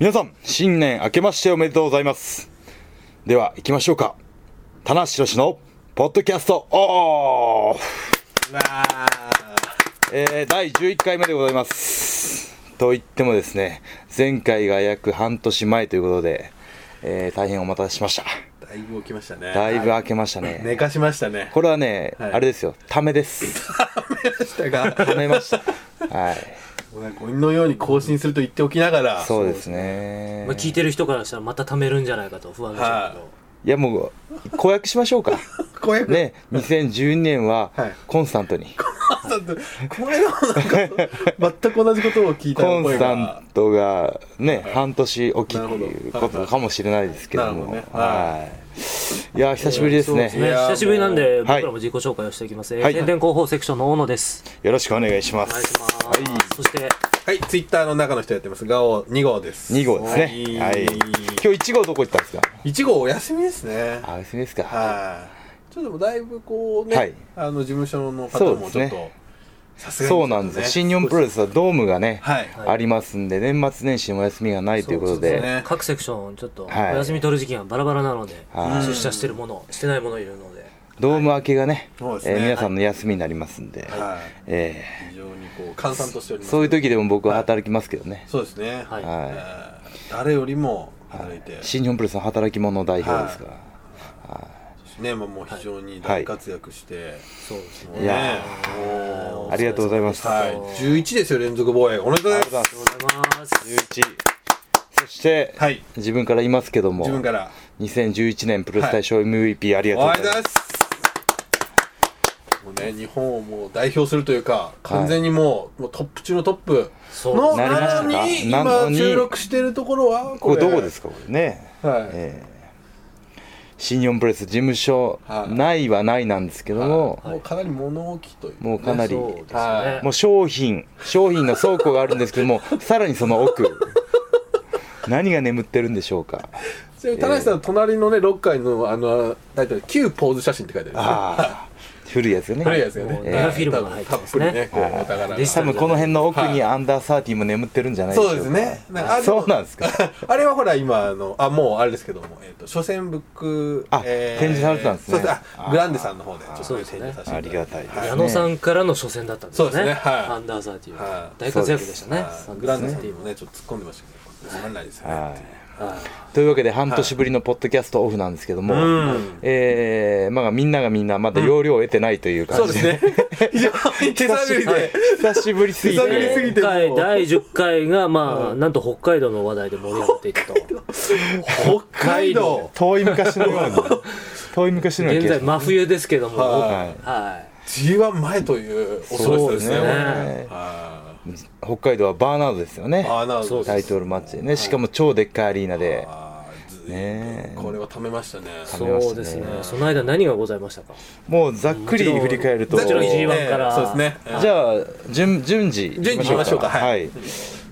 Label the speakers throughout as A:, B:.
A: 皆さん、新年明けましておめでとうございます。では、行きましょうか。田中宏のポッドキャストオフ
B: わあ
A: えー第11回目でございます。と言ってもですね、前回が約半年前ということで、えー大変お待たせしました。
B: だいぶ起きましたね
A: だいぶ明けましたね。
B: 寝かしましたね
A: これはね、
B: はい
A: あれですよ、ため です。
B: 寝ましたが
A: ためました。はい。
B: このように更新すると言っておきながら
A: そうですね
C: まあ、。聞いてる人からしたらまた貯めるんじゃないかと不安でしょう
A: いや、もう、公約しましょうか。
B: 子役
A: ね、2012年は
B: はい
A: コンスタントに、
B: さんとこの間もなんか全く同じことを聞いた
A: コン
B: 声
A: スタントがね、半年起きって
B: なるほど
A: いうことかもしれないですけども
B: なるほどね
A: はいいや久しぶりですね
C: そうですね
B: いやー
C: 久しぶりなんで僕
A: はい
C: らも自己紹介をしていきます、えー
A: はい
C: 宣伝広報セクションの大野です
A: よろしくお願いしま
C: お願い
A: す
C: します、そして
B: はいツイッターの中の人やってますガオ2号です
A: 2号ですねはい今日1号どこ行ったんですか
B: 1号お休みですね
A: あお休みですか
B: はいちょっともうだいぶこうね、
A: はい
B: あの事務所の
A: そ
B: 方
A: うで
B: も
A: す
B: ちょ
A: ね
B: っとさすがに
A: そうなんです新日本プロレスはドームがね
B: はい
C: はい
A: ありますんで年末年始もお休みがないということ
B: そう
A: で
B: ですね
C: 各セクションちょっとお
A: はい
C: 休み取る時期がバラバラなので、
A: はい
C: 出社してるものしてないものいるので
A: ドーム明けがね
B: そうです
A: え
B: ね
A: ー皆さんの休みになりますんで
B: はい
A: えー
B: 非常にこう閑散としております
A: そういう時でも僕は働きますけどね
B: そうですね、
C: は
A: はい
C: い
B: えー誰よりも働いて、
A: 新日本プロレスの働き者代表ですから、
B: そしてねまあ、もう非常に大活躍して、
C: そうです
B: も
C: ね
B: う
A: い
B: ね
A: や
B: もう
A: ありがとうございます
B: はい、11ですよ連続防衛おめでとうございま
A: あり
B: す
A: が
C: ありがとうございます
A: そして、
B: はい
A: 自分から言いますけども
B: 自分から
A: 2011年プロレス大賞 MVP あり
B: お
A: がとうご
B: はよ
A: ざ
B: うご
A: いま
B: ざ
A: す
B: いますもうね日本をもう代表するというか完全にもう,、もうトップ中のトップ
C: そう
B: の
A: なりましたか
B: なのに
A: なの
B: 今
A: に
B: 収録してるところは
A: これどこですすかこれね、
B: はい
A: えー新日本プロレス事務所、
B: はい
A: ないはないなんですけども、
B: もうかなり物置という
A: もうかなり、
C: そうですね、
B: は
A: もう商品商品の倉庫があるんですけどもさらにその奥何が眠ってるんでしょうか
B: ちなみに田中さんの隣のね6階のあのタイトル「旧ポーズ写真」って書いてあるんですよ
A: ああ古いやつよね
B: 古いやつよね
C: もう
B: はい
C: フィルムが入って
B: たっ
C: ます
B: ぷ
C: ね
B: りねこうお宝が
C: デジタ
A: 多
C: ル
A: 分この辺の奥にアンダーサーティも眠ってるんじゃないでしょうか
B: そうですねなんかあれ
A: そうなんですか
B: あれはほら今あのあもうあれですけどもえっと初戦ブック
A: あ展示されてたんですね
B: そうあグランデさんの方でちょっと
C: そう
B: 展
C: ですね
B: 示させて
A: ありがたいです、ね、
C: 矢野さんからの初戦だったんですね
B: そうですねはい
C: アンダーサーティ
B: は
C: はい大活躍でしたね
B: はいグランデさんにもねちょっと突っ込んでましたけどつまんないですよねっていう
A: というわけで半年ぶりのポッドキャストオフなんですけども、
B: ん
A: えーまあ、みんながみんなまだ容量を得てないという
B: そ
A: 感
B: う
A: じ
B: で
A: で、
B: すね非常に手探りで
A: 久しぶりすぎ
B: 久しぶりす
A: て
B: ぎても
C: 前回第10回がまあなんと北海道の話題で盛り上がっていくと
B: 北海道
A: 遠い昔のように遠い昔のような気
C: 現
A: が
C: 在
A: しま
C: 真冬ですけども
B: は
A: はい
C: は
B: G1 前という恐ろしさですね
C: そうですね
B: あ
A: す北海道はバーナードですよね
B: あーなるほど
A: タイトルマッチでねしかも超でっかいアリーナで
B: あーずいぶん
A: ねえ
B: これは貯めましたね
C: い
A: めましたね
C: そうですねその間何がございましたか
A: もうざっくり振り返ると
C: もちろん G1 から、
B: そうですね
A: じゃあ順順次
B: 順次行きましょうか
A: は
B: はい
A: い、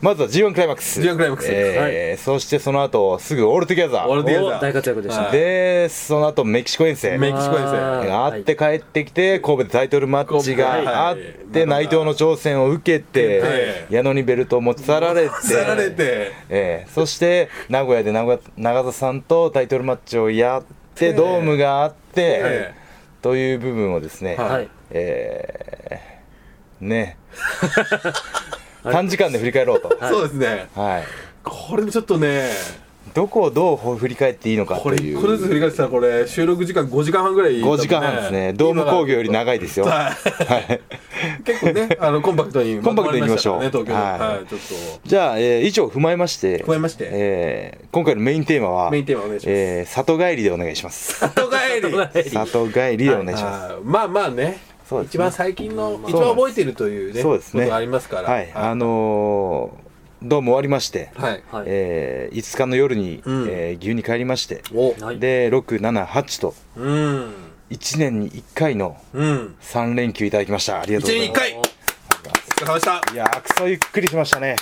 A: まずは G1 クライマックス
B: G1 クライマックス
A: えーそしてその後すぐオールトゥギャザー
B: オールトゥギャザー
C: お大活躍でした、
B: は
A: でその後メキシコ遠征
B: メキシコですね
C: あー
A: があって帰ってきて神戸でタイトルマッチがあっ
B: 神戸は
A: て
B: い
A: 内藤の挑戦を受けて
B: ええ
A: 矢野にベルトを持ち去られて
B: さられて
A: ええそして名古屋で名古屋長田さんとタイトルマッチをやってドームがあって
B: ええ
A: という部分をですね
C: はい
A: えー ね短時間で振り返ろうと
B: そうですね
A: はい
B: これもちょっとね
A: どこをどう振り返っていいのか
B: ことれ
A: い
B: 一
A: う
B: 個ずつ振り返ってたらこれ収録時間5時間半ぐらい
A: 5時間半ですねドーム工業より長いですよは
B: は
A: い
B: い結構 ねあのコンパクトに
A: コンパクトに行きましょう
B: まとりしたから
A: は
B: ね
A: い
B: 東京のはいちょっ
A: じゃあ、えー以上踏まえまして、
B: 踏まえまして
A: えー今回のメインテーマは、
B: とメインテーマお願いします
A: えー里帰りでお願いします。
B: 里帰り
A: 里帰りでお願いします。
B: あーまあまあね
A: そうですね
B: 一番最近の
A: ん
B: 一番覚えてるというね
A: そうですね。
B: ことがありますから
A: はい、あのーどうも終わりまして、
B: はい
C: はい
A: えー5日の夜に、
B: うん
A: えー牛に帰りまして、
B: お
C: はい
A: で、6、7、8と、
B: うん
A: 1年に1回の
B: うん
A: 3連休いただきました。ありが
B: 一
A: とうござい
B: 年一
A: ます。
B: 回お疲れ様でした
A: いやー、くそゆっくりしましたね。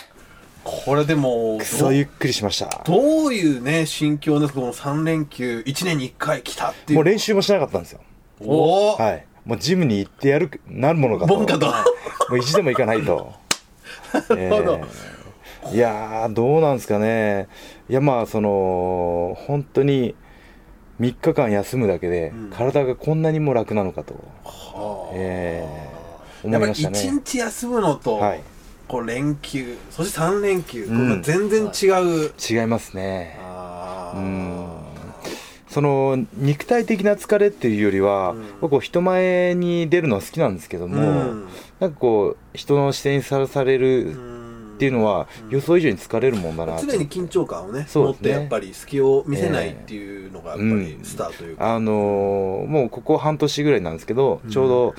B: これでも
A: くそゆっくりしました。
B: どういうね心境ですかこの3連休1年に1回来たっていう
A: もう練習もしなかったんですよ。
B: おお、
A: はい。もうジムに行ってやる、なるものかと。
B: ボンカと
A: もう意地でも行かないと。え
B: るほど
A: ーいやー、どうなんですかね。いや、まあ、その、本当に、3日間休むだけで、
B: うん
A: 体がこんなにも楽なのかと、
B: はあ
A: えー思い
B: やっぱり
A: ました
B: 一
A: ね。
B: 日休むのと、
A: はい
B: こう連休そして3連休、
A: うん
B: これが全然違う、
A: 違いますね。
B: あ
A: うん
B: あ
A: その肉体的な疲れっていうよりは、
B: うん
A: 僕こう人前に出るのは好きなんですけども、なんかこう人の視点にさらされる
B: ん
A: っていうのは、
B: うん
A: 予想以上に疲れるもんだなと
B: 常に緊張感をね
A: そう
B: 持
A: ですね
B: ってやっぱり隙を見せないっていうのがやっぱりスターというか、
A: あのーもうここ半年ぐらいなんですけど、
B: うん
A: ちょうど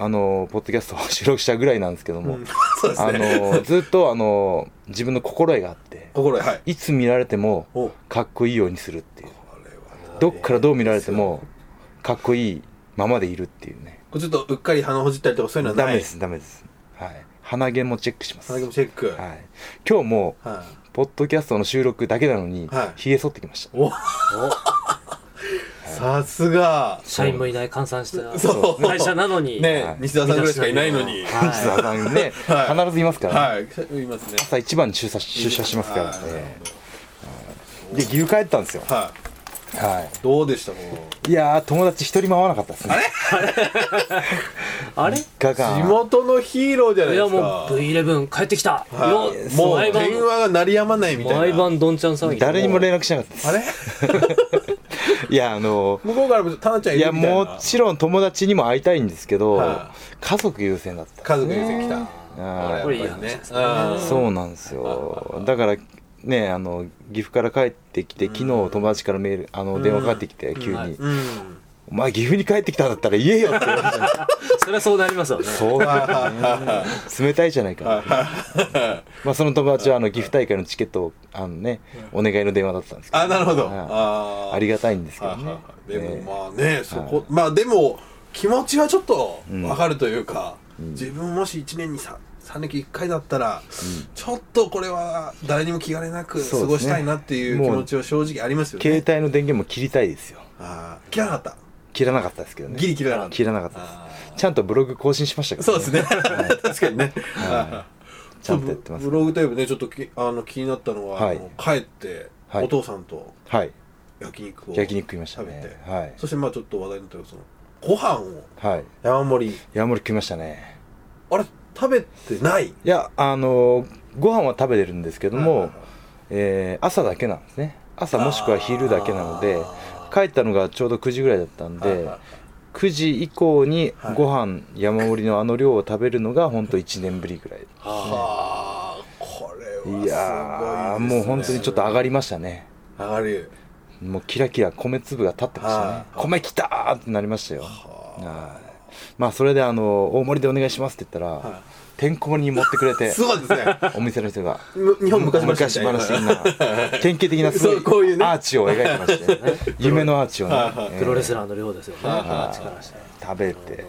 A: あのーポッドキャストを収録したぐらいなんですけども、
B: うん そうです
A: あの
B: ね、
A: ーずっとあのー自分の心得があって
B: 心得はい
A: いつ見られても
B: おこ
A: かっこいいようにするっていう
B: れはな
A: どっからどう見られてもかっこいいままでいるっていうね
B: これちょっとうっかり鼻ほじったりとかそういうのは
A: ダ
B: な
A: メ
B: い
A: ですダメですはい鼻毛もチェックします
B: 鼻毛もチェック、はい
A: はい、今日もポッドキャストの収録だけなのに、
B: はい
A: ひげ剃ってきました
B: おさすが
C: 社員もいない換算した
B: そう
C: 会社なのに、
B: ね、
A: はい
B: 西澤さんぐらいしかいないのには
A: 西澤さんね、
B: はい
A: 必ずいますから、ね
B: い、い、ますね
A: 朝一番に出社出社しますから、
B: はい
A: ええで岐阜帰ったんですよ、
B: は
A: はい
B: どうでしたも
A: い、いやー友達一人も会わなかったですね
C: あれ
A: 3日
B: う地
A: 間
B: 元のヒーローじゃない
C: い
B: で
C: や
B: すか
C: もう V11 帰ってきた、
B: は
C: よ
B: い、もう
C: 毎晩
B: 電話が鳴りやまないみたい
C: 毎
B: な
C: 晩どんちゃん騒ぎ
A: 誰にも連絡しなかったです
B: あれ
A: いやあの
B: 向こうからも「タナちゃん
A: い
B: いる
A: や
B: みたいな」
A: もちろん友達にも会いたいんですけど、
B: は
A: 家族優先だった
B: 家族優先来た
A: あー
B: これやっぱりねうん
A: そうなんですよだからねあの岐阜から帰ってきて昨日友達からメールあの電話かかってきて急に
B: うん
A: 「お前岐阜に帰ってきたんだったら言えよ」って言われて
C: そりゃそうなりますよね
A: そうだね冷たいじゃないかまあその友達はあの岐阜大会のチケットをあのねお願いの電話だったんですけど
B: あなるほど
A: はい
B: あ
A: ありがたいんですけ
B: は
A: ど
B: いはい
A: ね
B: はいで
A: ね
B: もまあねそこまあでも気持ちはちょっとわかるというか自分もし1年に 3, 3連休1回だったらちょっとこれは誰にも気兼ねなく
A: そうですね
B: 過ごしたいなっていう気持ちは正直ありますよ
A: 携
B: ね
A: 帯の電源も切りたいですよ
B: あー切らなかった
A: 切らなかったですけどね
B: ギリ切らなかった
A: 切らなかったです
B: あ
A: ちゃんとブログ更新しましたか
B: ー
A: ら
B: そうですね
A: はい
B: 確かにね
A: はちゃんとやってます
B: ブログといえばねちょっときあの気になったのは、
A: はい
B: あの帰って、
A: はい
B: お父さんと
A: はい
B: 焼肉を
A: 焼肉食いました
B: 食べ
A: ね
B: て
A: はい
B: そしてまあちょっと話題になったけどそのご飯を
A: はい
B: 山盛り
A: 山盛り食いましたね
B: あれ食べてない
A: いやあのご飯は食べてるんですけども、
B: はいはいはい
A: えー朝だけなんですね朝もしくは昼だけなので
B: あ
A: 帰ったのがちょうど9時ぐらいだったん
B: ーはいはい
A: で
B: はい
A: 9時以降に
B: はい
A: ご飯山盛りのあの量を食べるのが本当1年ぶりぐらい
B: はあこれはい
A: やー
B: すごいです
A: も
B: ね
A: う本当にちょっと上がりましたね
B: 上がる
A: もうキラキラ米粒が立ってましたね
B: はい
A: 米きたーってなりましたよ
B: は
A: はいまあそれであの大盛りでお願いしますって言った
B: あ
A: ら
B: は
A: てんこ盛りに持ってくれ
B: い
A: て
B: すごいですね
A: お店の人が
B: む 日本
A: 昔
B: 昔話みたいな
A: 話的な典型的なす
B: そうこ
A: ご
B: う
A: い
B: いうね
A: アーチを描いてま してね夢のアーチをね
B: はいはい
A: えー
C: プロレスラーの量ですよね
B: はい
C: 力して
A: 食べて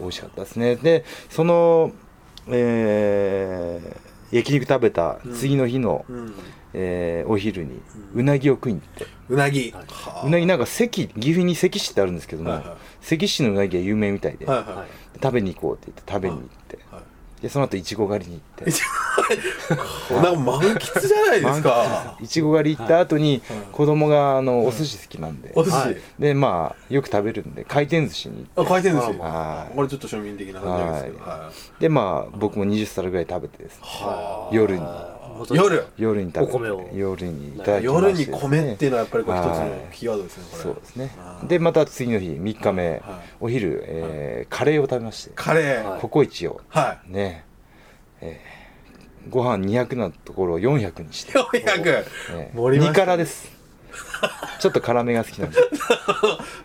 A: 美味しかったですねでそのえー焼肉食べた次の日の
B: うん
A: えーお昼にうなぎを食いに行って
B: うなぎ
C: はいう
A: なぎ
B: な
A: なんか関岐阜に関市ってあるんですけども
B: はいはい
A: 関市のうなぎが有名みたいで
B: はいは
C: はいい
A: 食べに行こうって言って食べに行って
B: はい
A: でその後いちご狩りに行って
B: なんか満喫じゃないです か。
A: いちご狩り行った後に
B: はい
A: 子供があのお寿司好きなんで
B: お寿司。
C: はい
A: でまあよく食べるんで回転寿司に行
B: あ、
A: って
B: 回転寿司。
A: はい
B: これちょっと庶民的な感じですけど。は
A: でまあ僕も20皿ぐらい食べてですね
B: いはあ
A: 夜に
C: 元々
B: 夜。
A: 夜に食べて
C: お米を
A: 夜にいただきまして
B: 夜
A: です
B: に
A: ね
B: 米っていうのはやっぱりこう一つ
A: はい
B: のキーワードですね。
A: そうで
B: これ。
A: すね
B: あー
A: でまた次の日3日目
B: はい
A: お昼えーカレーを食べまして
B: カレー。
C: はい
A: ココイチを
B: は
A: ねえーご飯200なところを400にして
B: い。ようやく。
A: えー
B: 盛りま
A: 2
B: したね
A: 辛 ですちょっと辛めが好きなんで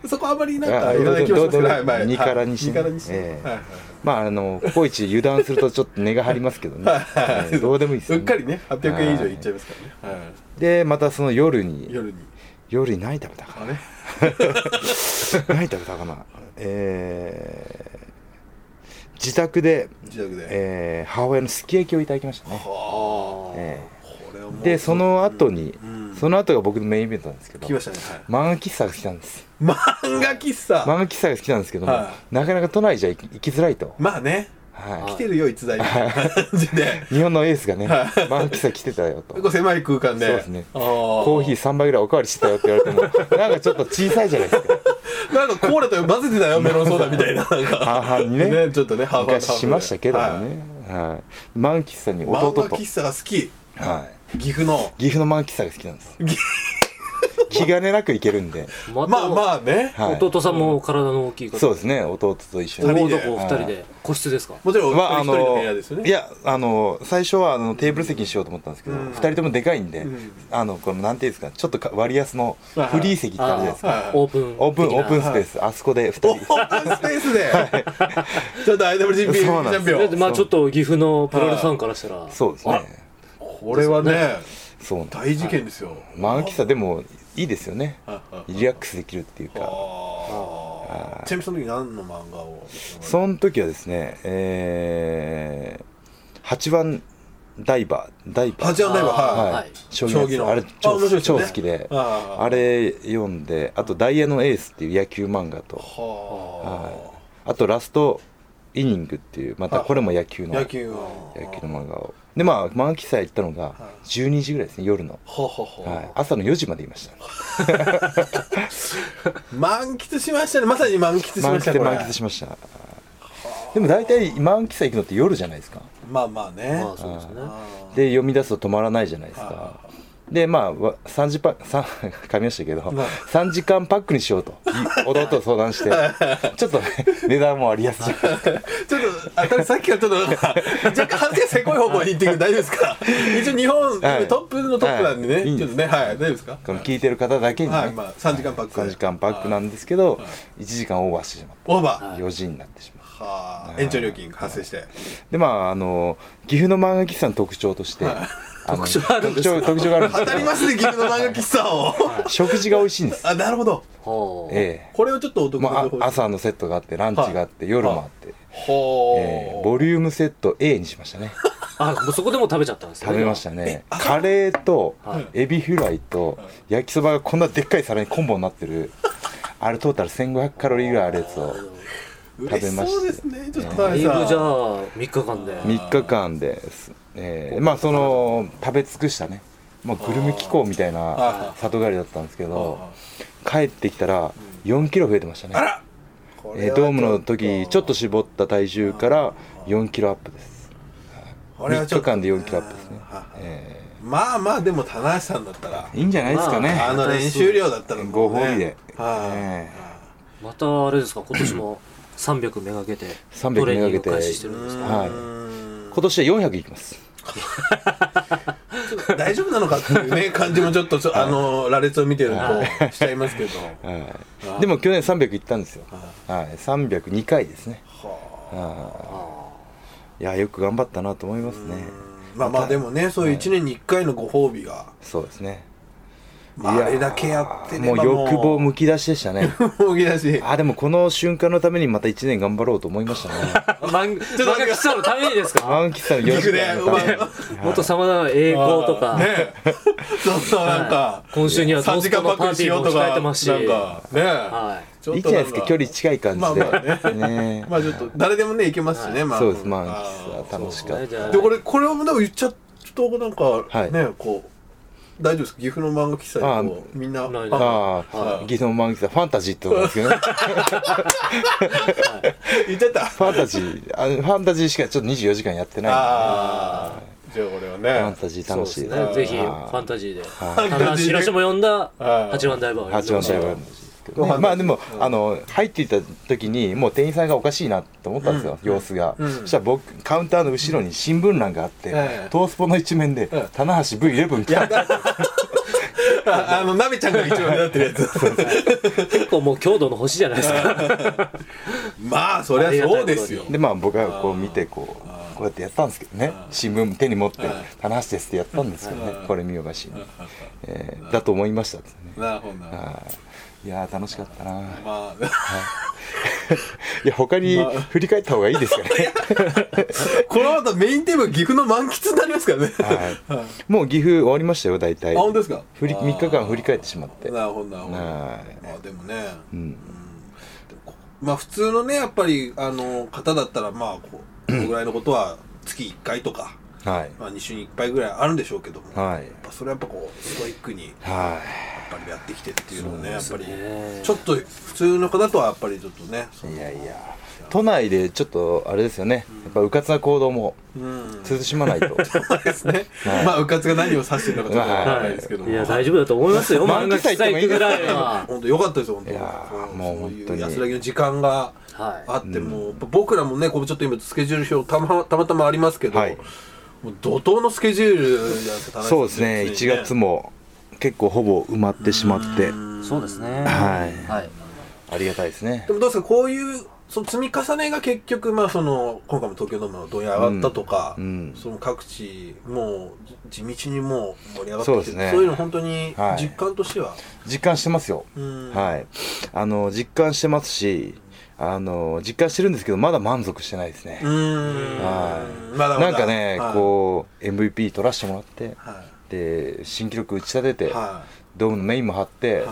B: そこあまりなん
A: あ
B: かいただきま
A: どうぞ
B: すけど。
A: どうぞ
B: はいはい
A: 煮からにして
B: 煮からにし
A: え
B: て。
A: え
B: はいはい
A: まああのココイチ油断するとちょっと値が張りますけどねえーどうでもいいです
B: う
A: よ
B: っかりね、800円以上いっちゃいますからね。はい
A: でまたその夜に
B: 夜に。
A: 夜に何食べたか
B: あれ
A: な何食べたかなえー自宅で、
B: 自宅で。
A: えー母親のすき焼きをいただきましたね、
B: はあ。
A: え
B: これはも
A: ー
B: う
A: でその後に、
B: うん
A: その後が僕のメインイベントなんですけど
B: 聞きましたね。はい
A: 漫画喫茶が好きなんです
B: 漫画喫茶。
A: 漫画喫茶が好きなんですけども、
B: は
A: なかなか都内じゃ行き行きづらいと
B: まあね。
A: は
B: 来てるよ 逸材みたいな感じで
A: い、日本のエースがね満喫さ来てたよと
B: 結構狭い空間で
A: そうですね
B: あ
A: コーヒー3杯ぐらいおかわりしてたよって言われてもなんかちょっと小さいじゃないですか
B: なんかコーラと混ぜて たよメロンソーダみたいななんか
A: 半々にね
B: ちょっとね半々
A: 昔しましたけどもね、はい、満喫さんに
B: はい漫
A: 弟
B: 画
A: と、
B: 喫茶が好き
A: は
B: 岐阜の
A: い、岐阜の満喫さんが好きなんです気兼ねなく行けるんで、
C: ま
B: まあまあね
A: はい、
C: 弟さんも体の大きい方
A: そうですね弟と一緒に
C: 大
B: 人で
C: 男二人で個室ですか
B: もちろん
A: まあ、
B: お
A: あ
B: 一人の
A: の
B: 部屋ですよ
A: い
B: ね
A: やあの最初はあのテーブル席にしようと思ったんですけど、
B: うん
A: 2人ともでかいんで、
B: うん
A: あのこのなんていうんですかちょっとか割安のフリー席ってあるじゃないですか、
B: はい
C: あーオープン
A: オープン
C: 的な
A: オープンスペース、あそこで2人
B: オープンスペースで ちょっと IWGP チ
A: そうなんで
B: ャ
A: す
B: ンピオ
C: だって
B: ン
C: まあちょっと岐阜のプロレスファンからしたら
A: そうですね
B: これはね
A: そうなんです
B: 大事件ですよ
A: 満喫さでもいいですよね
B: はいはい
A: リラックスできるっていうか
B: あーちなみにその時何の漫画を
A: その時はですねえー、8番ダイバーダイバー
B: 八番ダイバー
C: あー
B: はい
A: はい、将棋の
B: 将
A: やつ
B: 棋の
A: あれ超
B: あ面白いです
A: 超
B: よ
A: 好
B: ね
A: きで
B: あ
A: あれ読んであと「ダイヤのエース」っていう野球漫画と
B: は
A: あと「ラストイニング」っていうまたこれも野球
B: あ
A: の
B: 野球は
A: 野球の漫画をでまあ満喫さ行ったのが12時ぐらいですね夜の、
B: ほほほ
A: はい、朝の4時までいました
B: 満喫しましたねまさに満喫し
A: 満
B: ました
A: 喫で
B: ね
A: 満喫しましたでも大体満喫さ行くのって夜じゃないですか
B: まあまあね
C: まあそうですね
B: あー
A: で読み出すと止まらないじゃないですか
B: は
A: でまあわ3時パ3 噛みましたけど
B: はい
A: 3時間パックにしようとい弟と相談してちょっとね値段もありやすい
B: ちょっとあたりさっきからちょっとな んか若干反省せこい方向に行ってくる大丈夫ですか一応日本
A: はい
B: トップのトップなんで
A: はいいいんで
B: ねちょっ
A: す
B: とねはい大丈夫ですか
A: この聞いてる方だけにね
B: はいまあ3時間パック
A: 3時間パック
B: な
A: なんですけど1時間オーバーしてしまっ
B: オーバー
A: た4時になってしまう
B: はあ延長料金発生して
A: でまああの岐阜の漫画喫茶の特徴としてあの
C: 特徴あるんですか
A: 特徴特徴があるんで
B: 当
A: す
B: たり
A: け
B: ますね岐阜の漫画喫茶を
A: ど食事が美味しいんです
B: あなるほど
C: はあ
A: ええ
B: これをちょっとお得
A: ま
B: な
A: あ
B: 情報
A: あ朝のセットがあってランチがあって夜もあって
B: ほ
A: ええボリュームセット A にしましたね
C: あもうそこでもう食べちゃったんですね
A: 食べましたねカレーと
C: はい
A: エビフライと焼きそばがこんなでっかい皿にコンボになってるあれトータル1500カロリーぐらいあるやつを
B: 食
A: べまして
B: そうですねちょっと
C: だ
B: 大
C: い
B: 変
C: ぶ
B: さ
C: じゃあ3日間で
A: 3日間です、えーまあその食べ尽くしたねもうグルメ機構みたいな
B: あ
A: 里帰りだったんですけど
B: あ
A: 帰ってきたら4キロ増えてましたね、
B: これ
A: えー
B: は
A: ドームの時ちょっと絞った体重から4キロアップです
B: これは
A: 3
B: ちょ
A: 日
B: っと
A: 間で4キロアップですね
B: ああ、
A: え
B: まあまあでも棚橋さんだったら
A: ーいいんじゃないですかね、
B: あの練習量だったら
A: ご
B: もうね
A: 褒美で、
B: は
A: えー
C: またあれですか今年も300めがけて
A: 300
C: トレーニン
A: めが
C: グを
A: けて
C: 開始してるんですか
A: はい今年は400いきます
B: いちょっと大丈夫なのかっていうね感じも ちょっとちょあの羅列を見てるとしちゃいますけど
A: はいでも去年300行ったんですよ、はい、302回ですねはいいやよく頑張ったなと思いますね
B: まあまあでもねそういう1年に1回のご褒美が
A: そうですね
B: まあ
A: いやー
B: あれだけやってれ
A: もう
B: ば
A: 欲望むき出しでした ね
B: 動きだし
A: あでもこの瞬間のためにまた1年頑張ろうと思いましたね
C: 漫画喫茶のためにですか
A: 満喫さんの4
B: 肉
A: 時
B: で
A: 間
B: う
A: の
B: ま
A: ため
B: い
A: に
C: 元様な栄光とか、
B: ね そうそうなんか
C: 今週にはト
B: 3
C: ー
B: 時間
C: スト
B: パ
C: のパ
B: ッ
C: ー
B: ク
C: テ
B: し
C: ィ
B: よ
C: ー
B: う
C: も
B: とか
C: 控えてますし、
B: なんかね
C: はい
B: ちょっと
A: いいじゃないですか距離近い感じで、
B: まあまあね
A: ね
B: まあちょっと誰でもね行けますしねまあ
A: そうです満喫さん楽しか
C: は
A: っ
C: いじゃあ
A: た
B: でこれこれをでも言っちゃうとなん
A: は
B: か
A: い
B: ねこう大丈夫ですか岐阜の漫画喫
A: あ
B: 茶
A: ー
B: でこうみんな
C: ない
B: あ
A: ああ
B: はい
A: ギソン満喫さんファンタジーってことですけどね
B: 言っちゃった
A: ファンタジーあのファンタジーしかちょっと24時間やってないんで
B: ああじゃあこれはね
A: ファンタジー楽しい
C: そうですねぜひフ
A: あ
C: ァンタジーで
B: い
C: 棚橋宏も呼んだ
B: はい
C: 八番ダイバーを呼ん
A: 八
C: で
A: 番
C: ほしい
A: 台湾
B: ご飯だ
A: まあでも、あの入っていった時にもう店員さんがおかしいなと思ったんですよ、様子が、
B: うん
A: そしたら僕カウンターの後ろに新聞欄があって、
B: ええ
A: トースポの一面で
B: ええ
A: 「棚橋 V11 来た」
B: ああの鍋ちゃんが一番目立ってるやつ
C: 結構もう郷土の星じゃないですか
B: まあそりゃそうですよ
A: でまあ僕はこう見てこうこうやってやったんですけどね新聞手に持って「棚橋です」ってやったんですけどねこれ見よがしに、えーだと思いましたですね
B: なるほどなるほど
A: はいいやー楽しかったな
B: まあ
A: いや他に振り返った方がいいですかね
B: この後メインテーマ岐阜の満喫になりますからね。
A: はい、もう岐阜終わりましたよ大体
B: あ本当ですか
A: 振り
B: あー
A: 3日間振り返ってしまって
B: なるほどなるほど。
A: は
B: ま
A: い
B: あでもね、
A: うん
B: まあ普通のねやっぱりあの方だったらまあこうのぐらいのことは月1回とか、
A: はい
B: まあ、2週に1回ぐらいあるんでしょうけども、
A: はい
B: やっぱそれはやっぱこうストイックにやっ
A: は
B: ぱりやってきてっていうのはねやっぱり
C: ね
B: ちょっと普通の方とはやっぱりちょっとねそ
A: い
B: の
A: いやいや都内でちょっとあれですよねやっぱうかつな行動も
B: うん
A: 慎まない と
B: そうですね、まあうかつが何を指してるのかちょっとわからないですけども、
C: いや、大丈夫だと思いますよ。
A: 満
C: 漫画
A: 喫
C: 喫
A: さ
C: 茶
A: え行っても
C: 行く
A: いい
C: ぐ
A: から
C: らいは。
B: 本当良かったですよ本当
A: いやー
B: そう
A: もう
B: そうい
A: 本当に
B: 安らぎの時間が
C: はい
B: あって、もう僕らもねこうちょっと今スケジュール表たまたまたまありますけど、
A: はい
B: もう怒涛のスケジュールじゃないですか田中さん
A: そうですね1月も結構ほぼ埋まってしまって
C: そうですね。
A: はい
C: はい。
A: ありがたいですね
B: でもどうですかこういうその積み重ねが結局まあその今回も東京ドームのどんや上がったとか、
A: うん
B: その各地もう地道にもう盛り上がってきて
A: そう
B: そ
A: ですね
B: ういうの本当に
A: はい
B: 実感としては、
A: 実感してますよ
B: うん
A: はいあの実感してますしあの実感してるんですけどまだ満足してないですね
B: うーん
A: はい
B: まだまだ
A: なんかね
B: はい
A: こう MVP 取らせてもらって
B: は
A: で新記録打ち立て
B: い
A: て
B: は
A: ドームのメインも張って、
B: いはい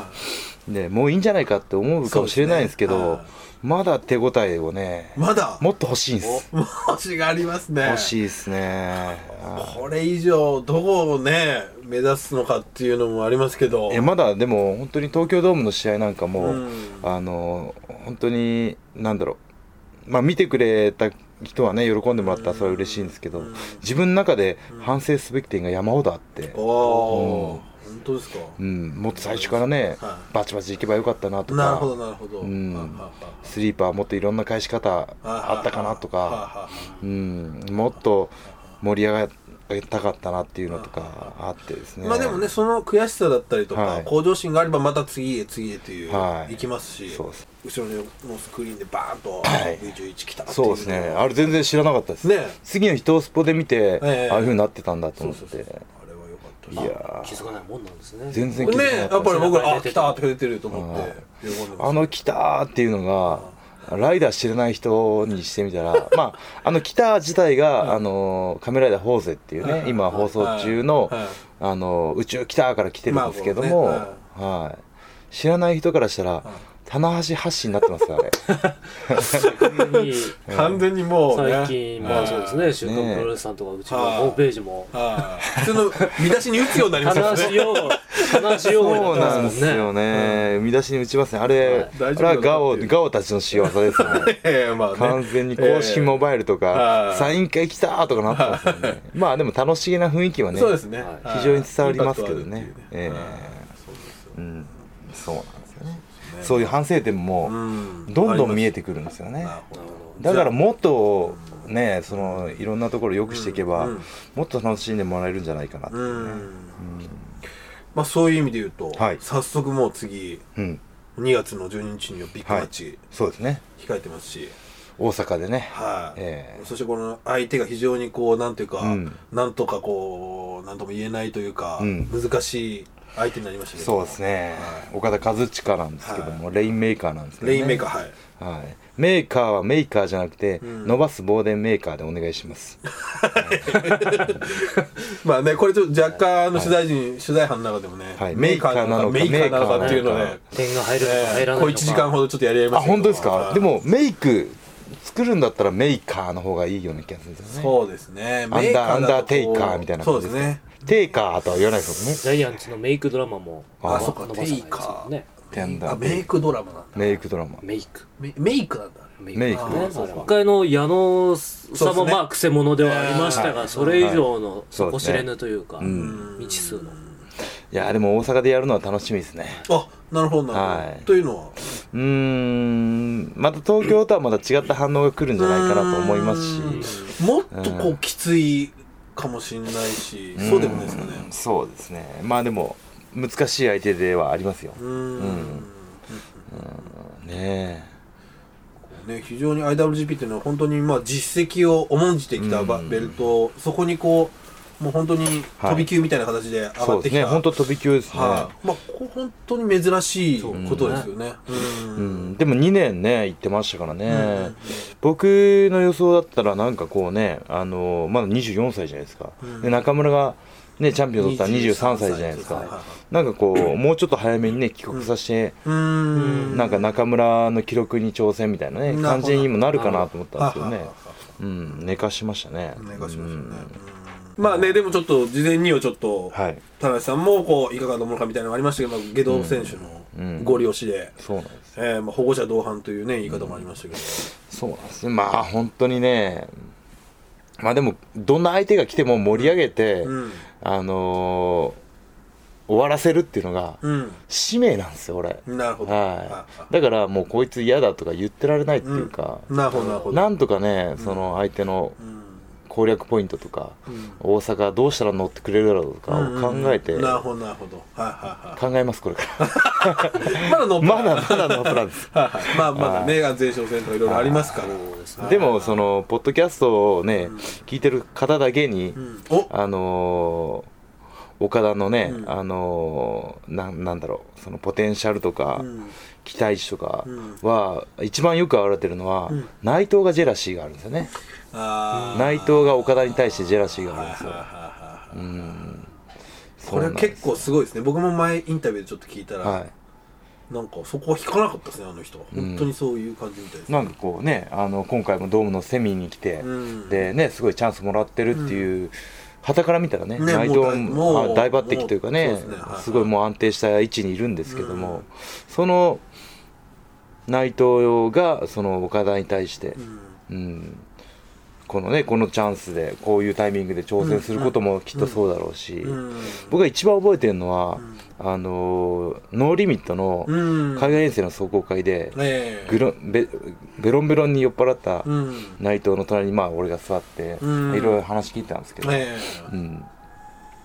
A: でもういいんじゃないかって思うかもしれないんですけ
B: そう
A: ど
B: ですね
A: まだ手応えをね
B: まだ
A: もっと欲しいんです
B: もしがありますね
A: 欲しいですねあ
B: これ以上どこをね目指すのかっていうのもありますけど
A: いやまだでも本当に東京ドームの試合なんかも、
B: うん
A: あの本当になんだろうまあ見てくれた人はね喜んでもらったらそれは嬉しいんですけど、
B: うん
A: 自分の中で反省すべき点が山ほどあって
B: お、おー本当ですか
A: うん、もっと最初からね、
B: は
A: バチバチいけばよかったなとか
B: なるほどなるほど
A: うん
B: はは
A: スリーパーもっといろんな返し方
B: は
A: あったかなと
B: はは
A: か、
B: は
A: うん、もっと盛り上がりたかったなっていうのとかあってですね。
B: まあでもねその悔しさだったりと
A: は
B: か
A: い
B: 向上心があればまた次へ次へという
A: はい
B: 行きますし
A: そうです
B: 後ろのスクリーンでバーンと
A: はい
B: V11 来たってい
A: そうですね。
B: の
A: あれ全然知らなかったです。
B: ね
A: 次の日トースポで見て、
B: ええ
A: ああいうふうになってたんだと
B: そ
A: 思
B: う
A: っ
B: そうそう
A: て
B: あれ、は良かったです
A: いや
C: 気づかないもんなんですね。
A: 全 然気づか
B: ね
A: な
B: やっ
A: か
B: ぱ
A: ったです
B: り僕らあ来たって出てると思って喜んでます
A: あの来たーっていうのが、ライダー知らない人にしてみた ら、まあ、あの来た自体が、あの、カメライダーホーゼっていうね、今放送中の
B: はいはい、
A: あの、宇宙来たーから来てるんですけども、
B: まあこ
A: はい。知らない人からしたら、棚橋発信になってますよ、 あれ。
C: いい
B: 完全にもうね
C: 最近、まあそうですね、週刊プロレスさんとか、うちのホームページも、
B: はい普通の見出しに打つようになりましたから
C: 話
B: ね
C: しよう、話しように
A: そう
C: な
A: な
C: って
A: ん
C: ま
A: ですす
C: もんね。
A: よね。見出しに打ちますね。あれ、あ
B: 大
A: れ
B: 丈夫な
A: は
B: のかっていう
A: ガオ、ガオたちの仕業ですね。
B: ええまあ ね
A: 完全に公式モバイルと
B: え
A: か
B: え、
A: サイン会来たーとかなってますよね。まあでも楽しげな雰囲気は
B: ええ
A: ね、
B: そうですね、
C: はい
B: はい
A: 非常に伝わりますけどね
B: インパクトあるっていう
A: ええ
B: はいそうですよ
A: うん、そうなんですよね。そういう反省点も
B: うん
A: どんどん見えてくるんですよね。
B: なるほど
A: だからもっとね、そのいろんなところを良くしていけば、
B: うん
A: もっと楽しんでもらえるんじゃないかなって。
B: うんまあそういう意味で言うと、
A: はい
B: 早速もう次
A: うん、
B: 2月の12日にはビッグマッチ
A: そうですね。
B: 控えてますし、
A: 大阪でね。
B: はい、
A: ええ
B: そしてこの相手が非常にこうなんていうか、
A: うん
B: なんとかこうなんとも言えないというか、
A: うん
B: 難しい相手になりましたけど
A: そうですね。岡田和親なんですけども、レインメーカーなんですけどね。
B: レインメーカーはい
A: はい、メーカーはメーカーじゃなくて、
B: ん
A: 伸ばす棒でメーカーでお願いします。
B: まあね、これちょっと若干あの取材人、取材班の中でもね、
A: はい
B: メーカーなのか
A: メ
B: メ
A: ー
B: ー
A: カ
B: カ
A: ーなのか
B: ーなのかっていうので、
C: 点が入るのか入
B: え
C: ら
B: ー
C: ない
B: こう
C: の
B: 1
C: か。
B: 時間ほどちょっとやり合いま
A: あ、
B: したけど。
A: 本当ですか
B: はい
A: で、も、メイク作るんだったらメーカーの方がいいような気がするんですよね。
B: そうですね。
A: アンダー、アンダー
B: メだと
A: テイカーみたいな
B: そ
A: 感
B: う
A: じ
B: で
A: ですすね
B: ね。。
A: テイカーとは言わないですもんね。
C: ジャイアンツのメイクドラマも、
A: あ
B: あ、そっか、
C: 伸ば
B: テ
C: さない
B: イ
C: です
B: カ
C: もんね。
A: テン
B: ー。
A: ダ
B: あ、
A: ー
B: メイクドラマなんだ。
A: メイクドラマ。
C: メイク。
B: メメイクなんだ。
C: メ
A: メイク
B: あ
A: ね
B: ーそ
C: そう
B: う
C: 今
B: か
C: 回の矢野
B: そ
C: さ
B: うんです
C: も
B: ね
C: まあくせ者ではありました
A: は
C: が
A: い
C: それ以上の
A: そうで
C: 底
A: すね
C: 知れぬというか
A: ん
C: 未知数の
A: いや、でも大阪でやるのは楽しみですね。
B: あ、なるほど、なるほ
A: はい
B: ど。というのは、
A: うーん、また東京とはまた違った反応が来るんじゃないかなと思いますし。
B: し。もっとこう、きついかもしれないし、そうでもないですかね。
A: うんそうですね。まあでも、難しい相手ではありますよ。
B: うーん。
A: ね
B: ね、非常に IWGP っていうのは本当にまあ実績を重んじてきたばベルト、そこにこうもう本当に
A: はい
B: 飛び級みたいな形で上
A: え。そ
B: が
A: う
B: っ
A: です
B: てきた、
A: ね。本当飛び級ですね。
B: はいまあここ本当に珍しいことですよね。うん
A: うん、でも2年ね行ってましたからね、
B: ん
A: 僕の予想だったらなんかこうねあのまだ24歳じゃないですか、で中村が、ね、チャンピオン取ったら23歳じゃないですか、
B: はいはいはい
A: なんかこうもうちょっと早めにね帰国させて、
B: うーん
A: なんか中村の記録に挑戦みたいなね
B: なるほど
A: 感じにもなるかなと思ったんですけど
B: は
A: ね
B: ははは
A: うん、寝かしましたね
B: お願いしますよね、うんまあねでもちょっと事前にはちょっと、
A: はい
B: 田中さんもこういかがなものかみたいなのがありましたけど、まあ、下道選手のご利用しで、
A: そうなんです
B: えーまあ、保護者同伴というね言い方もありましたけど、
A: そうなんですねまあ本当にねまあでもどんな相手が来ても盛り上げて、
B: うん
A: あのー終わらせるっていうのが
B: うん
A: 使命なんですよ俺、
B: なるほど
A: は
B: あ
A: い、だからもうこいつ嫌だとか言ってられないっていうか、
B: なるほどなるほど
A: なんとかねその相手の
B: うん
A: 攻略ポイントとか、
B: ん
A: 大阪どうしたら乗ってくれるだろうとかを考えて、
B: うんうんなるほどなるほどはい
A: 考えますこれから
B: はいはいまだの
A: まだまだのプランです
B: はいはいまあまだねが前哨戦とかいろいろありますからはい
A: でもそのポッドキャストをね、聞いてる方だけに、
B: うんお
A: あのー岡田のね、
B: うん
A: あのーなんなんだろうそのポテンシャルとか、
B: うん
A: 期待値とかは、一番よく表れてるのは、内藤がジェラシーがあるんですよね
B: あー
A: 内藤が岡田に対してジェラシーがあるんです
B: はい
A: よ
B: はいはいはい
A: そ
B: こ
A: う
B: れ
A: な
B: は
A: んです
B: 結構すごいですね僕も前インタビューでちょっと聞いたら、
A: は
B: なんかそこは引かなかったですねあの人は本当にそういう感じみたいです
A: い、なんかこうねあの今回もドームのセミに来て、
B: うん
A: でねすごいチャンスもらってるっていう、傍から見たらね
B: ね
A: 内
B: もう
A: 藤も
B: もう
A: あ大抜擢というか
B: も
A: ね
B: うそうですねはいはい
A: すごいもう安定した位置にいるんですけども、その内藤がその岡田に対して、うんこのねこのチャンスでこういうタイミングで挑戦することもきっとそうだろうし、
B: うん
A: 僕が一番覚えてるのは、あのーノーリミットの
B: うん
A: 海外遠征の壮行会で、
B: ええ
A: グロベベロンベロンに酔っ払った
B: うん
A: 内藤の隣にまあ俺が座ってい
B: うん
A: ろいろ話聞いてたんですけど、
B: え
A: うん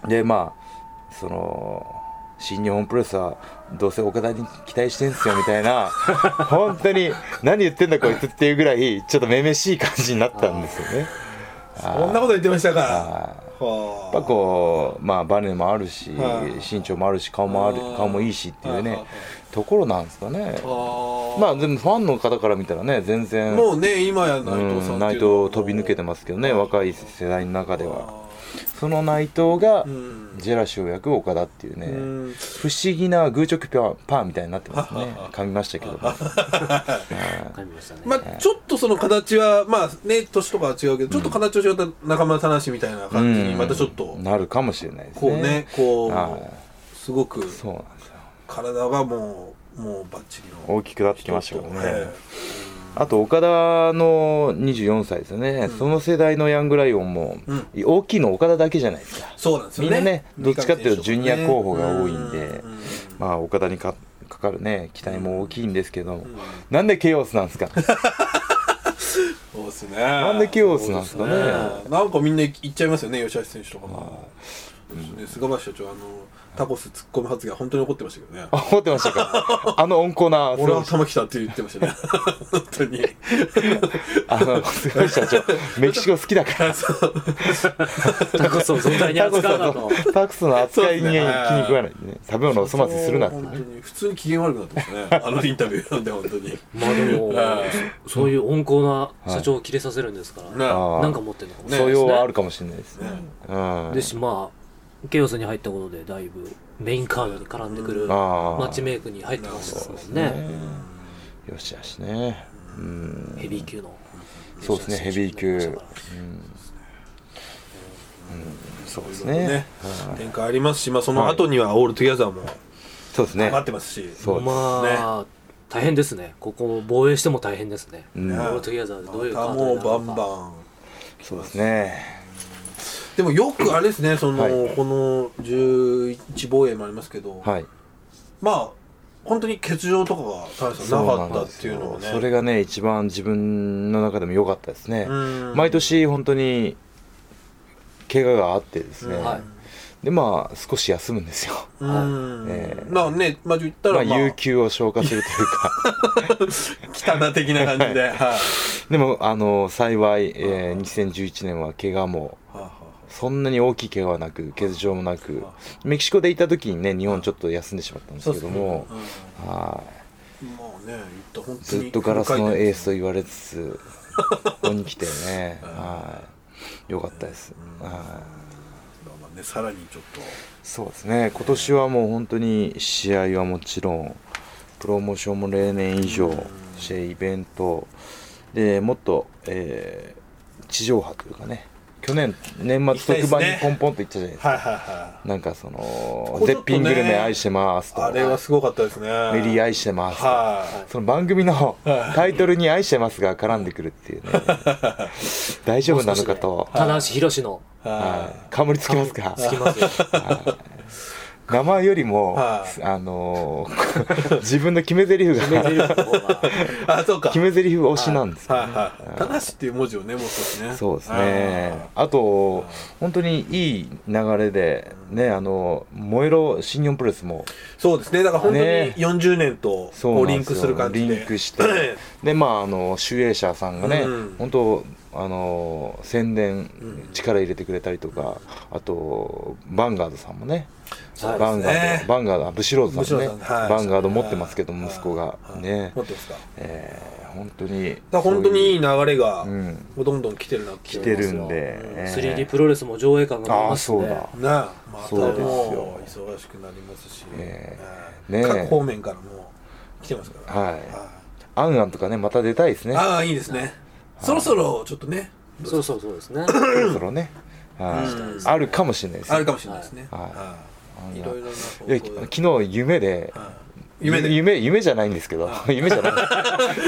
A: でまあその新日本プロレスはどうせ岡田に期待してんすよみたい な本当に何言ってんだこいつっていうぐらいちょっとめめしい感じになったんですよね。
B: えそんなこと言ってましたか
A: あー
B: は
A: やっぱこうまあバネもあるし
B: はい
A: 身長もあるし顔もある
B: うん
A: 顔もいいしっていう
B: はい
A: ね
B: はいはい
A: ところなんですかね
B: あ
A: まあでもファンの方から見たらね全然
B: もうね今や内藤さんっていうのはも
A: う、
B: うん
A: 内藤飛び抜けてますけどね若い世代の中ではその内藤が
B: ん
A: ジェラシーを焼く岡田っていうね、
B: ん
A: 不思議なグーチョキパーパーみたいになってますね噛みましたけども
C: わかりましたね。
B: まあちょっとその形はまあね年とかは違うけどちょっと形を違った中村田無みたいな感じにまたちょっと
A: うんなるかもしれないです
B: こう
A: ね
B: ねこ
A: は
B: うすごく
A: そうなんですよ
B: 体がもうもうバッチリの
A: 大きくなってきましたけどね、
B: え
A: あと岡田の24歳ですよね、その世代のヤングライオンも、
B: うん
A: 大きいの岡田だけじゃないですか
B: えそうなんです
A: み
B: よ
A: んな
B: ね
A: ねどっちかっていうとジュニア候補が多いんで、
B: う
A: まあ岡田にかかかるね期待も大きいんですけど、なんでケイオスなんですか
B: そうですね
A: んでケイオスなんですかね
B: そうですねなんかみんな行っちゃいますよね吉橋選手とかもそうですね菅林社長あのタコス突っ込む発言本当に怒ってましたけどね
A: あ思ってましたかあの温厚な
B: 俺は
A: すごい
B: 頭きたって言ってましたね 本当に
A: あのすごい社長メキシコ好きだから
C: タコスを存在に
A: タコス
C: 扱うな
A: の
C: と。
A: タコスの扱いに気
B: そう
A: に
B: ですね
A: 食わないね食べ物を粗末にするなって
B: 本
A: ね
B: 当に普通に機嫌悪くなってましたねあのインタビューなんで本当に
C: まあでも
B: はい、
C: そそういう温厚な社長を切れさせるんですから、
B: な
A: あー
C: なんか持ってるのかもしれない
A: 素
C: です
A: 養はあ
C: ね。
A: るかもしれないですねうん
C: ですし、まあ、ケイオスに入ったことで、だいぶメインカードに絡んでくる
A: んあー
C: マッチメイクに入ってましたもんね。
A: よしよしねうん
C: ヘビー級の。
A: そうですねヘビー級うん、うん、そうですね
B: ね展開ありますし、まあ、その後にはオールトゥギャザーも
A: そうですね
B: 待ってますし、
A: そうです
C: まあ、大変ですね。ここを防衛しても大変ですね。オ
A: ん
C: ールトゥギャザーでどういうカ
B: また
C: ー
B: もう
C: ドにな
B: バ
C: る
B: ン
C: の
B: バ
C: か。
B: ン
A: そうですね
B: でもよくあれですねその、
A: はい
B: この11防衛もありますけど、
A: はい
B: まあ本当に欠場とかが田辺さんなかったっていうのはね
A: それがね一番自分の中でも良かったですね
B: うん
A: 毎年本当に怪我があってですね、
C: うんはい
A: でまあ少し休むんですよ、
B: うん、
A: ええ
B: まあねまあ言った
A: ま
B: ら、
A: あ
B: まあ、
A: 有給を消化するというか
B: 北田的な感じで、はい、は
A: でもあの幸い、えー2011年は怪我も
B: あは
A: そんなに大きい怪我はなく欠場もなくメキシコでいた時にね日本ちょっと休んでしまったんですけども、
B: あうん
A: はい
B: もうね、言った本当に
A: ずっとガラスのエースと言われつつここに来てねはい良かったです、はい
B: まあね、さらにちょっと
A: そうですね今年はもう本当に試合はもちろんプロモーションも例年以上そしてイベントでもっと、えー地上波というかね去年年末特番にポンポンと行ったじゃないですか
B: はいはいは
A: なんかその
B: こ、こちょ
A: 絶
B: っとね
A: 品グルメ愛してます
B: い
A: と
B: あれはすごかったですね
A: メリー愛してますと
B: は
A: その番組の
B: はい
A: タイトルに「愛してます」が絡んでくるっていうね大丈夫なのかと、
C: 棚橋宏の。
B: い
A: は、
B: はい
A: かぶりつきますか
C: つきますよ。
A: 名前よりも、
B: はい
A: あのー 自分の決め台詞
C: 決
A: が
C: めてる方 が。
B: いあそうか
A: 決め台詞推しなんですよ
B: はいはい「ただし」っていう文字をねもう少しね
A: そうですねあと本当にいい流れでねあの「燃えろ新日本プロレス」も
B: そうですねだから本当に
A: ね
B: 40年と
A: そ
B: こ
A: う
B: う
A: な
B: リ
A: んで
B: ン
A: す
B: ク
A: よ
B: する感じで
A: リンク してでまああの集英社さんがね、
B: うん
A: 本当あの宣伝力入れてくれたりとか、あとバンガードさんもね
B: そうで
A: バ
B: す
A: ンガ
B: ね
A: ードバンガードあブシロード
B: もち
A: さん
B: ろ
A: ね
B: んはい
A: バンガード持ってますけど
B: はい
A: 息子が
B: はい
A: ね、
B: 持ってますかだか
A: えー本当に
B: ら本当にいい流れが
A: そういううん
B: もうどんどん来てるなって
A: 来
B: いう
A: てるんで、
B: うん
A: えー
C: 3D プロレスも上映感があり
A: あ
C: ま
A: あ
C: す
A: そう
C: ね
A: だ。
B: なあまた
A: そうですよ
B: もう忙しくなりますし、
A: ええ
B: ね
A: ねえ
B: 各方面からもう来てますから、
A: はいアンアンとかねまた出たいですね
B: ああいいですねそろそろちょっとね
C: そうそうそうですね。
A: そろそろね、はい
B: うん
A: あるかもしれないです
B: あるかもしれないですね、
A: はい
B: はいい、いろいろな方
A: いや
B: 向で
A: 昨日夢で、
B: はい夢
A: 夢
B: で
A: 夢夢じゃないんですけど 夢じゃない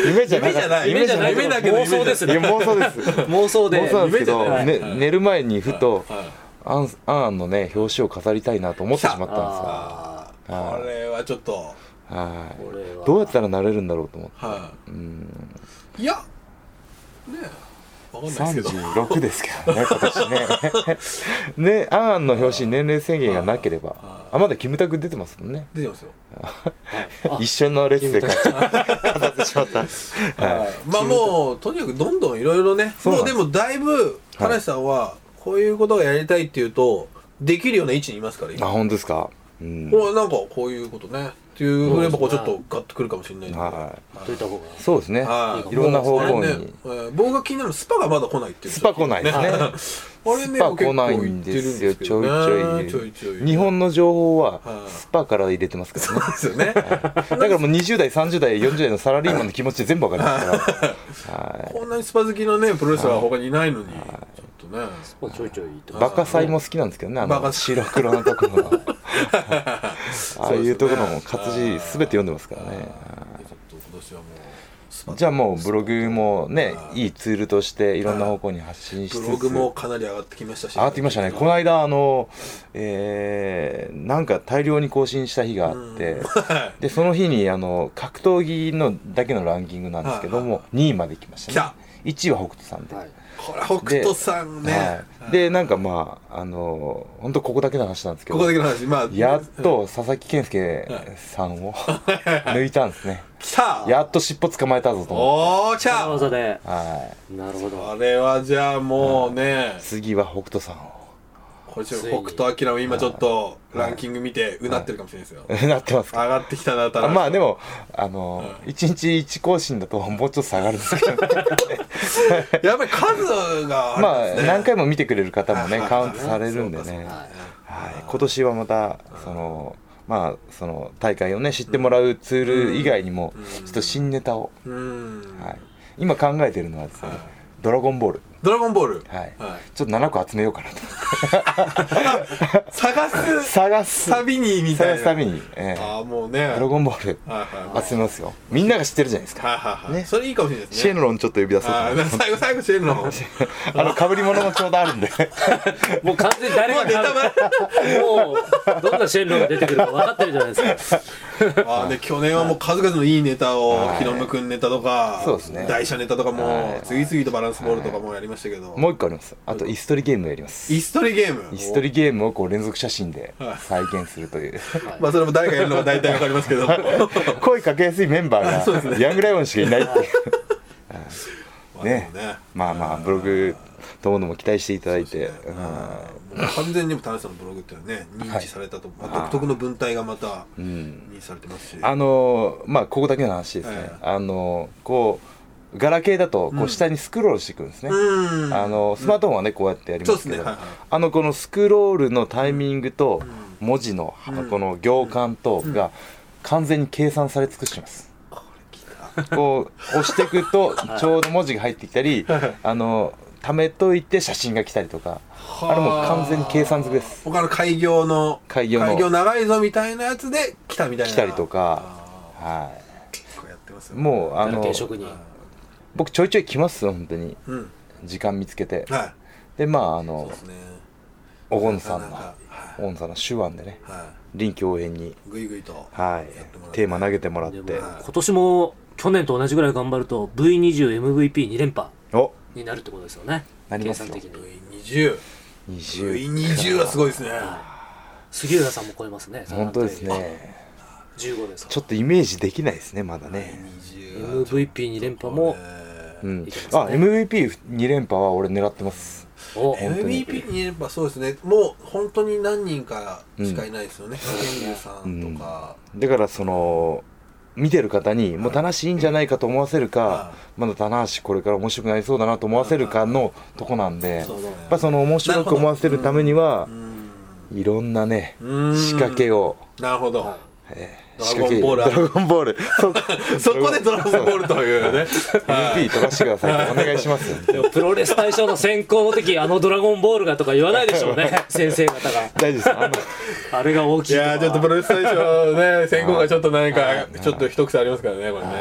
A: 夢じゃ
B: 夢じゃない夢じゃない
A: 夢
B: 夢
A: じゃ
B: だけど
C: 妄想です
A: ない
C: ね
A: いや妄想です
C: 妄想で
A: 妄想なんですけど、
B: 夢じゃない
A: ね、寝る前にふと、
B: はい
A: アンアンアンのね表紙を飾りたいなと思ってしまったん
B: あ
A: は
B: あ
A: い
B: これはちょっと
A: ですよは
C: これはい
A: どうやったらなれるんだろうと思って
B: は
A: うん
B: いいやねえわかんないですけど
A: 36ですけどね今 年ねねアンアンの表紙に年齢制限がなければ
B: あ
A: あまだキムタク出てますもんね
B: 出てますよ
C: あ
A: 一緒の列で買って飾ってしまった
B: はいまあもうとにかくどんどんいろいろね
A: そう
B: も
A: なんで
B: うですもだいぶ田無さんはこういうことがやりたいっていうとできるような位置にいますから
A: あ
B: 今
A: 本当ですかうん
B: もうなんかこういうことねっていうふうにやっぱこうち
C: そ
B: ょ
C: う
B: っ
C: ですね
B: とガッとくるかもしれないんでは
A: はい
C: といった方が。
A: そうですね
B: はい
A: いろんな方向
B: あれね
A: に
B: えー僕が気になるのはスパがまだ来ないっていう
A: スパ来ないですね
B: あ れ
A: ス
B: ね
A: パ来ないんですよ
B: 結
A: ち
B: 構
A: ょいち
B: 行
A: ょ
B: ってるん
A: い
B: ですけどねちょいちょい
A: 日本の情報は
B: はい
A: スパから入れてますからね
B: ですよね
A: だからもう20代30代40代のサラリーマンの気持ち全部わかりますから、は
B: こんなにスパ好きのねプロレスラーは他にいないのにちょっとね
C: まあちょいちょいっ て
A: い、
C: こと
A: バカ祭も好きなんですけどねあ
B: バ
A: の
B: カ
A: 白黒のところは ああいうところも活字全て読んでますからね
B: ちょっと今年はもうスパ
A: じゃあもうブログもねいいツールとしていろんな方向に発信しつ
B: ブ
A: つ
B: ログもかなり上がってきましたし
A: 上がってきましたねこの間あのえーなんか大量に更新した日があって、
B: は
A: でその日にあの格闘技のだけのランキングなんですけども、2位まで来ましたね
B: 来た
A: 1位は北斗さんで、
C: はい。
B: いこれ北斗さんね
A: はい、でなんかまああの本当ここだけの話なんですけ
B: こ
A: ど
B: こだけの話まあ
A: やっと佐々木健介さんを抜いたんですね
B: 来た
A: やっと尻尾捕まえたぞと思っ
B: おー来
C: 裏
B: た
C: 技で。
A: て、はい、
C: なるほど。
B: あれはじゃあもうね
A: 次は北斗さんを
B: これちょっと北斗晶も今ちょっとランキング見てうなってるかもしれないですよ
A: なってますか
B: 上がってきたなた
A: あまあで
B: も
A: もあの、一1日1更新だともうちょっと下がるんです けど
B: やっぱり数があ
A: ま
B: るん
A: あ
B: ですね
A: 何回も見てくれる方もね
B: はい
A: カウントされるんでね、
C: は
A: は
C: い
A: い、今年はまたそのまあその大会をね知ってもらうツール以外にもちょっと新ネタを、
B: うん
A: はい、今考えてるのはですね「ドラゴンボール
B: ドラゴンボール」
A: はい
B: はい
A: ちょっと7個集めようかなと
B: 探す
A: 探す
B: サビにみた
A: 探
B: いな
A: すために、ええ
B: ああもうね
A: ドラゴンボール
B: はいはいはい
A: 集めますよみんなが知ってるじゃないですか
B: はいはいはい
A: ね
B: それいいかもしれないです
A: シェ
B: ね
A: ンロンちょっと呼び出そう
B: あ
A: か
B: ー
A: な
B: 最後最後シェンロ ンもう
A: あの被り物もちょうどあるんで
C: もう完全に誰が
B: ネタバレ
C: もうどんなシェンロンが出てくるか分かってるじゃないですか。
B: あーで去年はもう数々のいいネタをヒロムくんネタとか
A: そうですね
B: 台車ネタとかも
A: は
B: う
A: い
B: 次々とバランスボールとかもやりましたけど
A: もう一個ありますあと椅子取りゲームやります
B: イストリゲーム
A: 椅子取りゲームをこう連続写真で再現するという
B: まあそれも誰がやるのか大体わかりますけど
A: 声かけやすいメンバーがヤングライオンしかいないっていうねまあまあブログとものも期待していただいて
B: そうですねもう完全にも田中さんのブログっていうのはね認知されたと、まあ独特の文体がまた認知されてますし、
A: あのーまあここだけの話ですね、
B: ええ
A: あのーこうガラケーだとこう下にスクロールしていくんですね、
B: うん
A: あのースマートフォンはねこうやってやりますけど、
B: そうですねはいはい
A: あのこのスクロールのタイミングと文字のあのこの行間とが完全に計算され尽くしてます、
B: これ来た
A: こう押していくとちょうど文字が入ってきたりあの貯めといて写真が来たりとかあれもう完全に計算づくです
B: 他の開業の
A: 開業の
B: 長いぞみたいなやつで来たみたいな
A: 来たりとかは
B: あー結構やってま
A: い
B: すよね
A: もうあの
C: 定職人
A: 僕ちょいちょい来ますよ本当に
B: うん
A: 時間見つけて
B: はい
A: でまああ
B: そう
A: の
B: ですね
A: おごんさん
B: な
A: の
B: かなかはい
A: おごんさんの手腕でね
B: は
A: 臨機応変に
B: いぐいぐいと
A: は
B: やってもらっ
A: い
B: て
A: テーマ投げてもらっ
C: でも
A: て
B: はい
C: 今年も去年と同じぐらい頑張ると V20MVP2 連覇
A: お
C: になるってことですよね
A: なりますよ
C: 計算的に
B: V20
A: 20
B: V20 はすごいですね
C: 杉浦さんも超えますね
A: 本当ですね
C: 15ですか
A: ちょっとイメージできないですねまだね
B: V20
C: MVP2 連覇も
B: え
A: うん
C: いけますね
A: あ MVP2 連覇は俺狙ってます
C: お
B: ー MVP にやっぱそうですねもう本当に何人かしかいないですよね天竜さんとか
A: だからその見てる方にもう棚橋いいんじゃないかと思わせるか
B: は
A: まだ棚橋これから面白くなりそうだなと思わせるかのとこなんでや
B: そうですね
A: っぱその面白く思わせるためには
B: うん
A: いろんなね
B: うん
A: 仕掛けを
B: なるほど
A: 仕掛け
B: ドラ
A: ド
B: ゴ
A: ラゴンボールそ
B: そこでドラゴンボールというね
A: MP 取らせてくださいお願いします
C: でもプロレス大賞の選考の時あの「ドラゴンボール」がとか言わないでしょうね先生方が
A: 大丈夫ですあの
C: あれが大き
B: い
C: いと
B: やー
C: か
B: ちょっとプロレス大賞ね選考がちょっと何かちょっと一癖ありますからねこれね
A: ね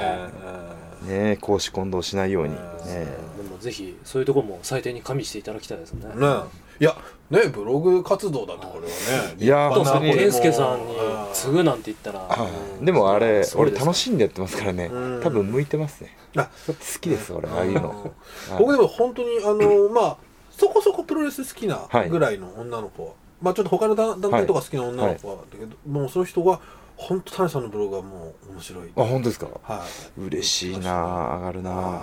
A: え公私混同しないように、ねえ、
C: でもぜひそういうところも採点に加味していただきたいですね
B: うんねいやねブログ活動だとこれはね
A: いやー本
C: と
A: 当
C: さ
A: に
C: 健介さんに継ぐなんて言ったら
A: でもあれ俺楽
C: しい
A: しんでやってますからね
B: うん
A: 多分向いてますね
B: あ
A: 好きです俺ああいうの
B: 僕でも本当にあのまあそこそこプロレス好きな
A: はい
B: ぐらいの女の子は、まあちょっと他の団団体とか好きな女の子はだけど、もうその人が本当タネさんのブログはもう面白い
A: あ本当ですか
B: はい
A: 嬉しいな上がるなは
B: うん
A: い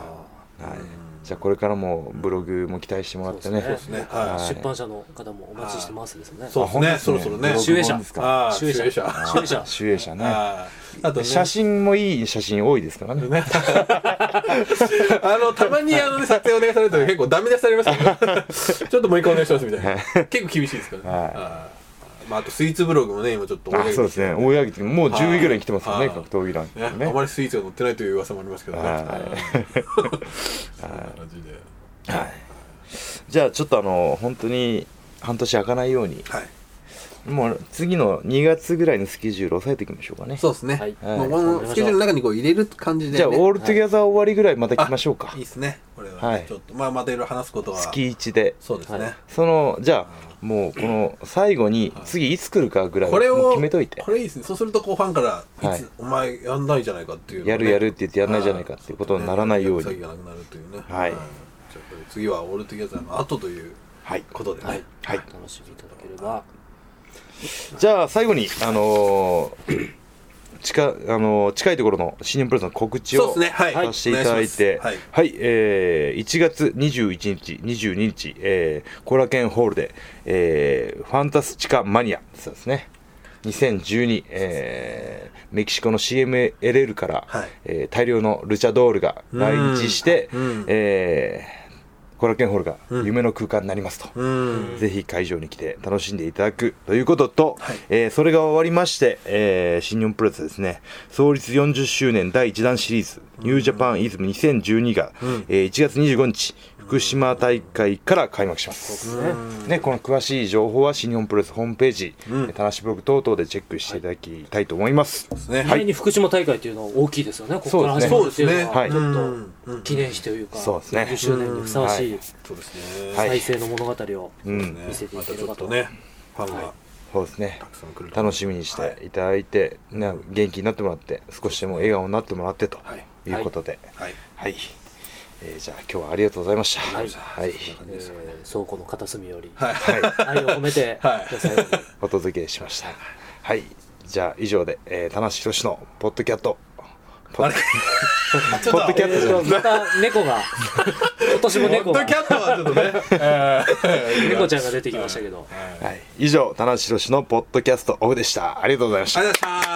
A: じゃあこれからもブログも期待してもらってね
C: そうです
B: ねはい
C: 出版社の方もお待ちしてますですね
B: そう
A: あ本当
B: そろそろね
A: ブログ
C: 集英社
A: 本ですか
B: ああ
C: 集英社
B: 集英社
C: 集英社
A: 集英社ね
B: あああとね
A: 写真もいい写真多いですからね
B: ね あのたまにあの、ね、撮影お願いされると結構ダメ出しされます けどちょっともう一回お願いしますみたいな結構厳しいですからね、
A: はい
B: ああまあ、あとスイーツブログもね今ちょっと追い上げ
A: あ
B: て
A: そうですね追い上げてもう10位ぐらいに来てますよね
B: はい
A: 格闘技ランキ
B: ね
A: ング
B: あ
A: ね
B: まりスイーツが乗ってないという噂もありますけどね。
A: はい
B: そんな感じで。
A: じゃあちょっとあの本当に半年開かないように
B: はい。
A: もう次の2月ぐらいのスケジュール押さえていきましょうかね
B: そうですね。
C: はい
B: もうこのスケジュールの中にこう入れる感じで、ね。
A: じゃあ、オールトゥギ
B: ャ
A: ャザー終わりぐらいまた来ましょうか
B: いい。ですね。これは、ね
A: はい
B: ちょっと、まあ、またいろいろ話すことは。
A: 月1で。
B: そうですね。
C: はい
A: その、じゃあ、もうこの最後に、次いつ来るかぐらい
B: これ
A: もう
B: を
A: 決めといて
B: こ、れいいですね。そうすると、こうファンから、
A: はい
B: いつ、お前やんないじゃないかっていうのが
A: や
B: ね、
A: るやるって言ってやんないじゃないかっていうことにならないよう
B: 詐欺
A: に。
B: がなくなるというね。
A: はい
B: じゃあこれ次はオールトゥギャザーの後という
A: はい。
B: ことでね。
C: はい
A: はい
C: 楽しみいただければ
A: じゃあ、最後に、あのー近、あのー近いところの新日本プロレスの告知
B: そうで
A: を
B: すね。はい。
A: させていただいて、
B: お願します
A: はい、えー1月21日、22日、えー、コラケンホールで、えーファンタスチカマニア、そうですね。2012、えーメキシコの CMLL から、
B: はい
A: えー大量のルチャドールが来日して、
B: うん
A: えーコラケンホールが
B: うん
A: 夢の空間になりますと。
B: はい。うん。
A: ぜひ会場に来て楽しんでいただくということと、
B: はい
A: えーそれが終わりまして、えー新日本プロレスですね、創立40周年第1弾シリーズ、ニュージャパンイズム2012が、えー1月25日、福島大会から開幕します。
C: そうですね
A: ね、この詳しい情報は新日本プロレスホームページ、
B: うん
A: 田無ブログ等々でチェックしていただきたいと思います。
B: ですね。
C: 意外に福島大会というのは大きいですよねここから
A: そうです
C: 始
A: ね
C: まるっていうの
A: そうですね
B: う
C: はちょっと、
B: ん
C: 記念碑というか、
A: そうですね
C: 10周年にふさわしい
B: そうですね。
A: はい
C: 再生の物語を
A: うん
C: 見せてい
B: ま
C: け
B: たち
C: れ
B: ょ
C: ば
B: っと
C: と。
B: ね、ファンが
A: そうですね
B: たくさん来ると
A: 楽しみにしていただいて、ね元気になってもらって少しでも笑顔になってもらってと
B: はい
A: いうことで、
B: はい。
A: はい、えーじゃあ今日はありがとうございました。
C: はい
A: はい、
C: えー倉庫の片隅より
B: はい。
C: 愛を込めて、
B: はい
C: じゃあ最後に
A: お届けしました。はい、じゃあ以上で、えー、田無宏のポッドキャット。ポッ
B: ち
A: ポッドキャ
C: え
A: ッ
C: ー
A: ト
C: とまた 猫が今年も猫
B: ポッ
C: が
B: ドキャットはちょっとねえー。
C: 猫ちゃんが出てきましたけど。
A: はい、以上、田無宏のポッドキャストオフでした。ありがとうございました
B: あ。りがとうございました。